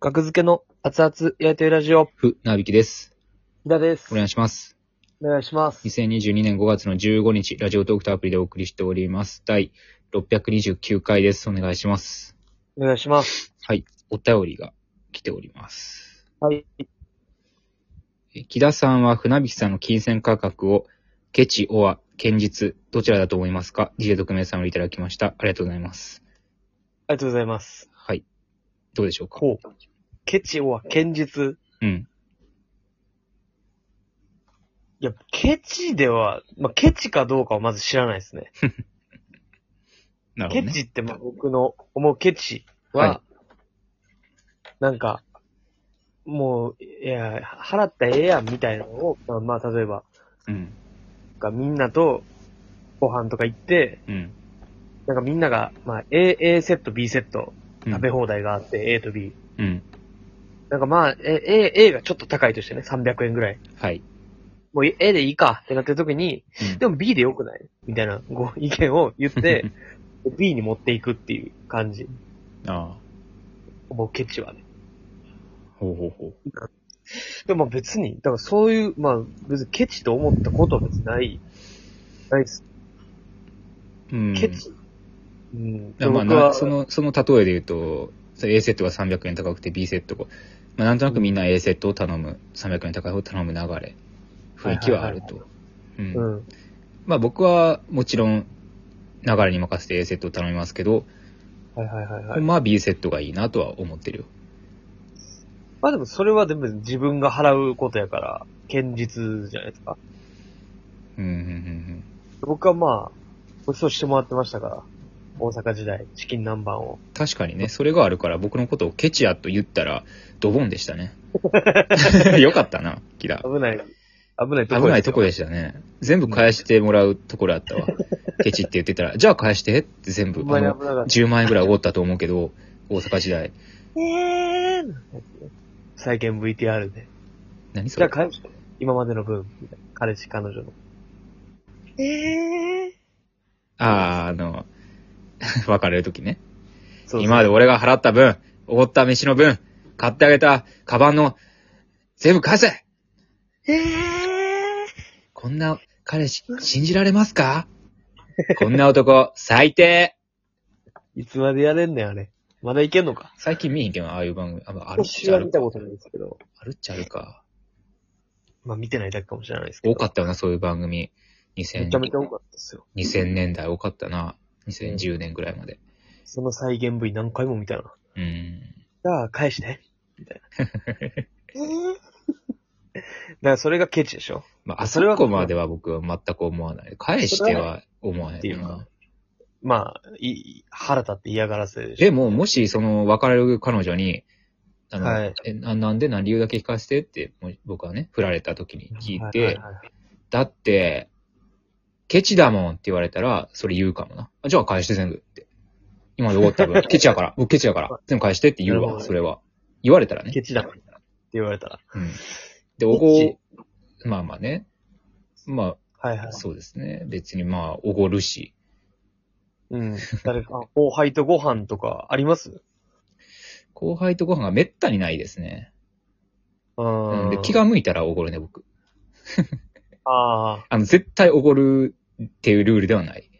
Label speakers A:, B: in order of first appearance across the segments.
A: 学付けの熱々焼いてるラジオ、
B: ふ、なびきです。
A: ひだです。
B: お願いします。
A: お願いします。
B: 2022年5月の15日、ラジオトークとアプリでお送りしております。第629回です。お願いします。
A: お願いします。
B: はい。お便りが来ております。
A: はい。
B: え木田さんは船引さんの金銭価格を、ケチ、オア、堅実、どちらだと思いますか ?DJ 特命さんよりいただきました。ありがとうございます。
A: ありがとうございます。
B: はい。どうでしょうか
A: こう。ケチは堅実。
B: うん。
A: いや、ケチでは、まあ、ケチかどうかをまず知らないですね。
B: なるほ
A: ケ
B: どね。
A: チって、まあ、僕の思うケチは、
B: は
A: なんか、もう、いや、払ったらええやんみたいなのを、まあ、まあ、例えば、
B: うん。
A: なんかみんなとご飯とか行って、
B: うん。
A: なんかみんなが、まあ、A、A セット、B セット、
B: うん
A: 食べ放題があって、A と B。
B: うん。
A: なんかまあ、え A、A がちょっと高いとしてね、300円ぐらい。
B: はい。
A: もう A でいいかってなってる時に、
B: うん
A: でも B でよくないみたいなご意見を言って、B に持っていくっていう感じ。
B: ああ。
A: もうケチはね。
B: ほうほうほう。
A: でもまあ別に、だからそういう、まあ別にケチと思ったことは別にない。ないっす。
B: うん。
A: ケチ。うん。
B: いやまあ
A: 僕は
B: な、その、その例えで言うと、その A セットが300円高くて B セットが、まあ、なんとなくみんな A セットを頼む、300円高い方を頼む流れ、雰囲気はあると。う。
A: うんん。
B: まあ僕はもちろん流れに任せて A セットを頼みますけど、
A: はいはいはいはい。
B: まあ B セットがいいなとは思ってるよ。
A: まあでもそれはでも自分が払うことやから、堅実じゃないですか。
B: うん、うん、うん
A: 僕はまあ、ご馳走してもらってましたから、大阪時代、チキン南蛮を。
B: うん。確かにね、それがあるから僕のことをケチやと言ったら、ドボンでしたね。よかったな、キラ。
A: 危ない、危ないとこ
B: 危ないとこ
A: で
B: でしたね。全部返してもらうところあっ たわ。ケチって言ってたら、じゃあ返してって全
A: す
B: 部
A: よ。、ほんま
B: あ
A: に
B: の
A: 危、なかっ
B: 10万円ぐらいおごったと思うけど、大阪時代。
A: た。えー再現 VTR で。
B: 何そ
A: じゃ
B: れ
A: あ返して。今までの分、みたいな彼氏、彼女の。えー
B: あー、あの、 別れるときね。
A: そうそう
B: 今まで俺が払った分、おごった飯の分、買ってあげたカバンの、全部返せ
A: え
B: こんな彼氏、信じられますかこんな男、最低
A: ーいつまでやれんねん、あれ。まだいけんのか。
B: 最近見えへんけどな、ああいう番組。あまああるっ
A: 私
B: ちゃあ
A: は
B: る
A: 見。たことないですけど。
B: あるっちゃあるか。
A: まあ見てないだけかもしれないですけど。
B: 多かったよな、そういう番組。
A: め
B: 2000
A: ちゃめちゃ多かったですよ。
B: 2000年代多かったな。2010年ぐらいまで。
A: その再現 V 何回も見たな。
B: うん。
A: じゃあ返して。みたい な。だからそれがケチでしょ
B: まあ、あ
A: そ
B: そ
A: れは
B: こまでは僕は全く思わない。返しては思わへ
A: っていうんか
B: な。
A: まあ、い、腹立って嫌がらせでしょ
B: でも、もし、その、別れる彼女に、あの、
A: はい
B: えななんで何理由だけ聞かせてって、もう僕はね、振られた時に聞いて、
A: ははは
B: だって、ケチだもんって言われたら、それ言うかもな。あじゃあ返して全部って。今まで終わっ た分、ケチやから、僕ケチやから、全部返してって言う
A: なるほ
B: わ、
A: ど
B: それは。言われたら
A: い
B: ね。
A: ケチだって言われたら。
B: うん。で、お
A: ケチ
B: ご、まあまあね。まあ、
A: はいはい。
B: そうですね。別にまあ、おごるし。
A: うん。誰か、後輩とご飯とかあります
B: 後輩とご飯がめったにないですね。
A: う
B: うんん。で、気。が向いたらおごるね、僕。
A: ああ、
B: あの、絶対おごるっていうルールではない。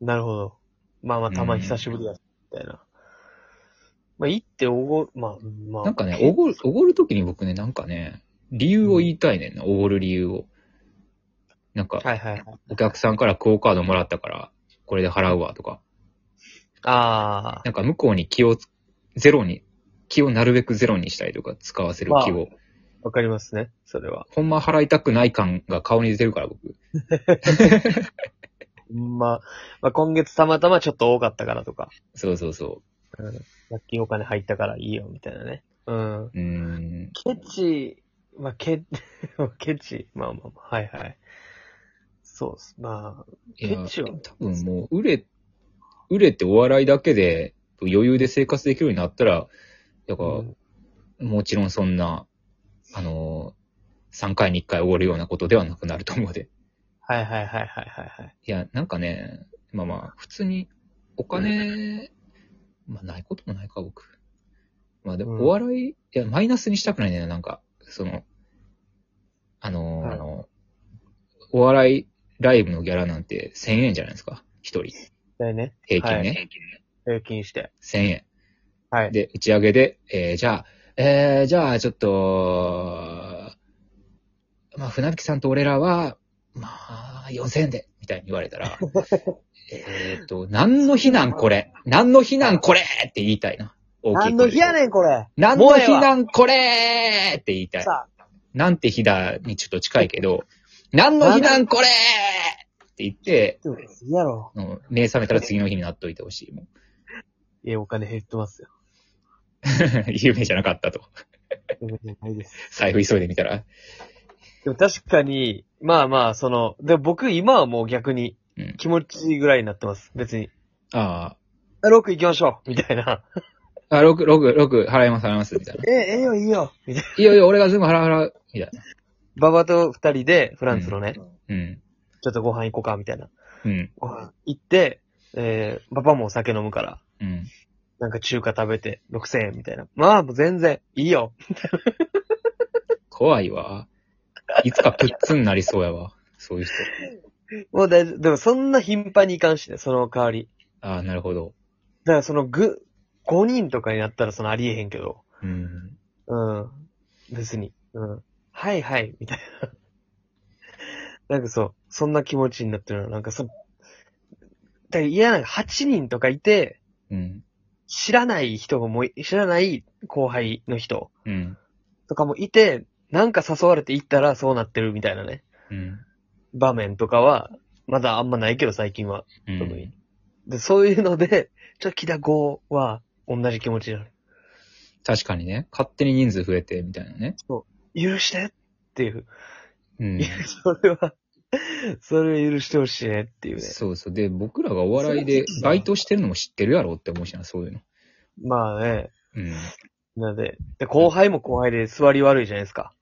A: なるほど。まあまあ、たまに久しぶりだ、みたいな。まあ、行っておご、まあ、まあ。
B: なんかね、おごる、おごるときに僕ね、なんかね、理由を言いたいねんな、おごる理由を。なんか、
A: はいはいはい。
B: お客さんからクオカードもらったから、これで払うわとか。
A: ああ、
B: なんか向こうに気をつ、ゼロに、気をなるべくゼロにしたりとか、使わせる気を。
A: わかりますね。それは。
B: ほんま払いたくない感が顔に出てるから、僕。
A: まあ、まあ今月たまたまちょっと多かったからとか。
B: そうそうそ
A: うん。さっきお金入ったからいいよ、みたいなね。うん。
B: う。うーん。
A: ケチ、まあ、ケ、 ケチ、まあまあまあ、はいはい。そうっす。まあ、
B: いや
A: ケチは
B: 多分もう、売れ、売れてお笑いだけで、余裕で生活できるようになったら、だから、
A: うん
B: もちろんそんな、あのー、3回に1回おごるようなことではなくなると思うで。
A: はいはいはいはいはいはい。
B: いや、なんかね、まあまあ、普通に、お金、まあないこともないか、僕。まあ、あで
A: う
B: も
A: ん
B: お笑い、いや、マイナスにしたくないんだよね、なんか、その、あのー
A: はい
B: あの、お笑いライブのギャラなんて1000円じゃないですか、一人。
A: だよね。
B: 平均ね。
A: は平均して。
B: 1000円。
A: はい。
B: で、打ち上げで、えー、じゃあ、えー、じゃあ、ちょっと、まあ、船引さんと俺らは、まあ、4000円で、みたいに言われ たら、えーっと、何の避難これ何の避難これって言いたいな。大きい声
A: 何
B: で
A: の日やねん、これ。
B: 何の避難これって言いたい。
A: さあ、
B: なんて避難にちょっと近いけど、何の避難これって言って、
A: でも、いいやろ。
B: あの目覚めたら次の日になっといてほしい。も
A: いや、お金減ってますよ。
B: う 夢じゃなかったと。
A: 全然ないです。
B: 財布急いでみたら。
A: でも確かに、まあまあ、その、で、僕今はもう逆に
B: うん。
A: 気持ちいいぐらいになってます。別に。
B: あ
A: あロック行きましょうみたいな。
B: あ。あ、6、6、6払います、払います、みたいな。
A: え、ええよ、いいよ。みたいな。
B: いいよいいよ、俺が全部払う、払う、みたいな。
A: ババと二人で、フランスのね、
B: うん。
A: ちょっとご飯行こうか、みたいな。
B: うん。
A: ご飯行って、えー、パパもお酒飲むから、
B: うん。
A: なんか中華食べて、6000円みたいな。まあ、もう全然、いいよ。
B: 怖いわ。いつかプッツンなりそうやわ。そういう人。
A: もう大丈夫。でもそんな頻繁にいかんしね、その代わり。
B: ああ、なるほど。
A: だからそのぐ、5人とかになったらそのありえへんけど。
B: うん。
A: うん。別に。うん。はいはい、みたい な。なんかそう、そんな気持ちになってるの。なんかそ、だから嫌なのが8人とかいて、
B: うん。
A: 知らない人がもう、知らない後輩の人
B: うん。
A: とかもいて、なんか誘われて行ったらそうなってるみたいなね。
B: うん。
A: 場面とかは、まだあんまないけど最近は。
B: う
A: 特に
B: ん。
A: で、そういうので、ちょっと木田5は同じ気持ちになる。
B: 確かにね。勝手に人数増えて、みたいなね。
A: 許してっていう。
B: うん
A: い。や、それは、それは許してほしいねっていうね。
B: そうそう。で、僕らがお笑いで
A: そう
B: バイトしてるのも知ってるやろって思うしな、そういうの。
A: まあね。
B: うん。
A: なんで、で後輩も後輩で座り悪いじゃないですか。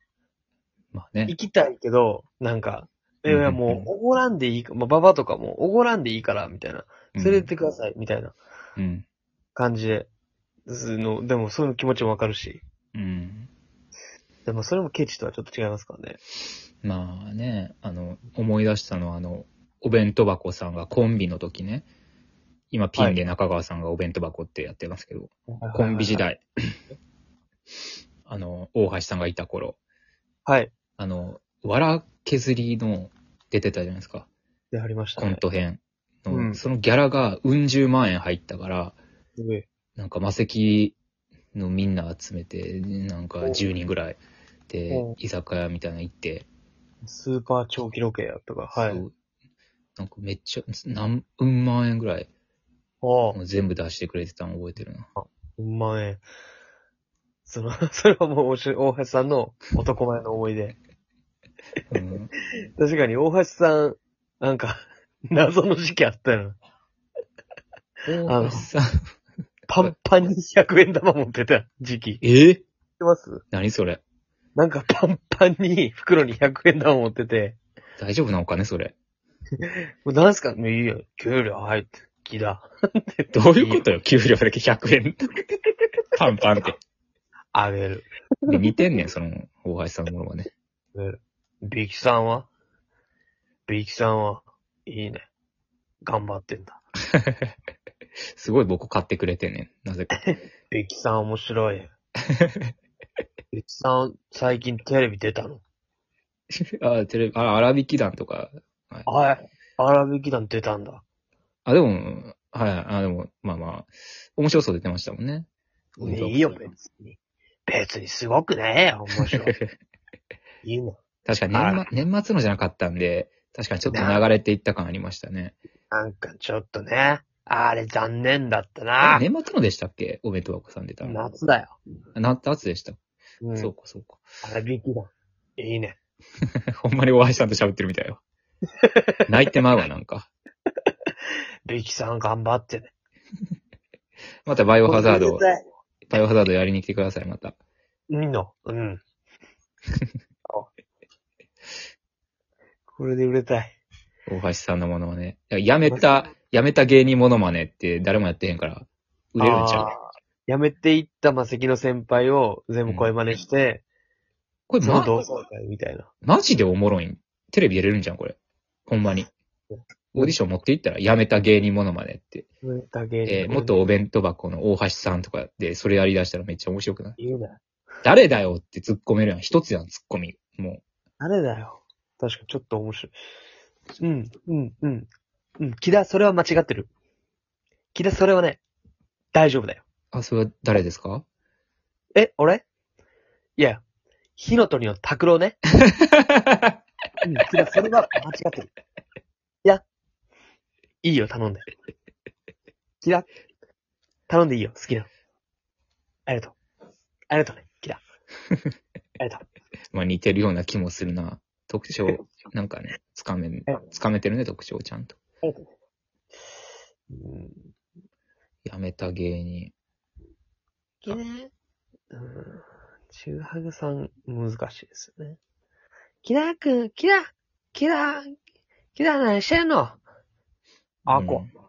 B: まあね
A: 行。きたいけど、なんか、いやいやもう、おごらんでいいか、まあ、ババとかも、おごらんでいいから、みたいな。
B: うん
A: 連れてってください、みたいな
B: うん。
A: 感じで。すのでも、そういう気持ちもわかるし。
B: うん。
A: でも、それもケチとはちょっと違いますからね。
B: まあね、あの、思い出したのは、あの、お弁当箱さんがコンビの時ね。今、ピンで中川さんがお弁当箱ってやってますけど、コンビ時。代。あの、大橋さんがいた頃、
A: はい。
B: あの、藁削りの出てたじゃないですか。
A: で、ありました
B: コン
A: ね。
B: ト編の、
A: うん
B: そのギャラがうん十万円入ったから、
A: すごい
B: なんか魔石のみんな集めて、なんか10人ぐらいで
A: うん、
B: 居酒屋みたいなの行って、
A: スーパー長期ロケやとか、はい。
B: そうなんかめっちゃ、何、うん万円ぐらい、
A: おう
B: もう全部出してくれてたの覚えて るな。
A: うんまい。その、 それはもうおし、大橋さんの男前の思い出。
B: うん、
A: 確かに大橋さん、なんか、 謎の時期あったよな。
B: 大橋さん、
A: パンパンに100円玉持ってた時期。知っ
B: えー
A: てます
B: 何それ
A: なんかパンパンに袋に100円玉持ってて、
B: 大丈夫なのかねそれ。
A: もう何すかもういいよ。給料入って、気だ。
B: どういうことよ給料だけ100円。パンパンって。
A: あげる。
B: で似てんねん、その、大橋さんのものはね。
A: あげるビキさんはビキさんは、いいね。頑張ってんだ。
B: すごい僕買ってくれてんねん。なぜか。
A: ビキさん面白 い。ビキさん、最近テレビ出たの
B: あ、テレビ、あ、荒引き団とか。
A: はい。荒引き団出たんだ。
B: あ、でも、はい、あ、でも、まあまあ、面白そう出てましたもんね。
A: いいよ、別に。別にすごくねえよ、面白 い。いいもん。
B: 確かに
A: あ
B: 年
A: ら
B: 末、年末のじゃなかったんで、確かにちょっと流れていった感ありましたね。
A: なんかちょっとね、あれ残念だったな。
B: あ年末のでしたっけお弁当箱さん出たの。
A: 夏だよ。
B: な、夏でした。
A: うん、
B: そうか、そうか。
A: 荒引き団。いいね。
B: ほんまに大橋さんと喋ってるみたいよ。泣いてまうわ、なんか。
A: ビキさん頑張ってね。
B: またバイオハザード
A: ごめ、んなさい
B: バイオハザードやりに来てください、また。
A: みんな。 うん。あこれで売れたい。
B: 大橋さんのものまね。やめた、やめた芸人ものまねって誰もやってへんから、売れるんちゃう
A: あ辞めていった魔石の先輩を全部声真似して、
B: これ、
A: その
B: ま、
A: 同窓会みたいな。
B: マジでおもろいん。テレビ出れるんじゃん、これ。ほんまに。オーディション持っていったら、辞めた芸人モノマネって。
A: だけ
B: えー、元お弁当箱の大橋さんとかで、それやりだしたらめっちゃ面白くない
A: 言うな。
B: 誰だよって突っ込めるやん。一つやん、突っ込み。も
A: あれだよ。確かちょっと面白い。うん、うん、うん。うん、木田、それは間違ってる。木田、それはね、大丈夫だよ。
B: う。あ、それは誰ですか
A: え、俺いや、火の鳥の拓郎ね。うん、木田、それは間違ってる。いや、いいよ、頼んで。木田、頼んでいいよ、好きなの。ありがとう。ありがとうね、木田。ありがとう。
B: まあ似てるような気もするな。特徴、なんかね、つかめ、つかめてるね、特徴をちゃんと。
A: ありがとうね。うん
B: やめた芸人。
A: きね。うん。ちぐはぐさん、難しいですよね。きらくん、きら、きら、きら何してんのあこ、
B: うん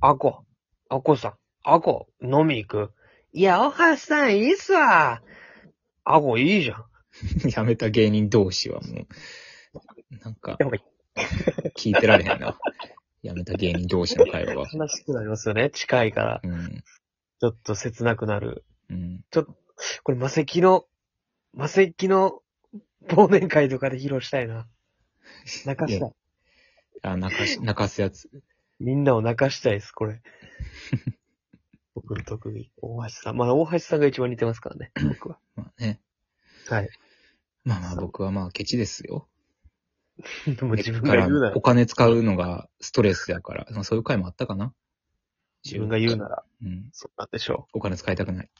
A: あこ、あこさん、あこ、飲み行く。いや、おはさん、いいっすわ。あこ、いいじゃん。
B: やめた芸人同士はもう、なんか
A: やばい、
B: 聞いてられへんな。やめた芸人同士の会話は。
A: 悲しくなりますよね。近いから。
B: うん。
A: ちょっと切なくなる。
B: うん。
A: これ、魔石の、魔石の忘年会とかで披露したいな。泣かしたい。
B: あ、泣かし、泣かすやつ。
A: みんなを泣かしたいです、こ れ。僕の特技。大橋さん。まあ、大橋さんが一番似てますからね、僕は。
B: まあね。
A: はい。
B: まあまあ僕はまあケチですよ。
A: でも自分が
B: だから
A: 言うなら
B: お、金使うのがストレスやから、まあそういう回もあったかな。
A: 自分が言うなら、
B: うん。
A: そうなんでしょ
B: お金使いたくない。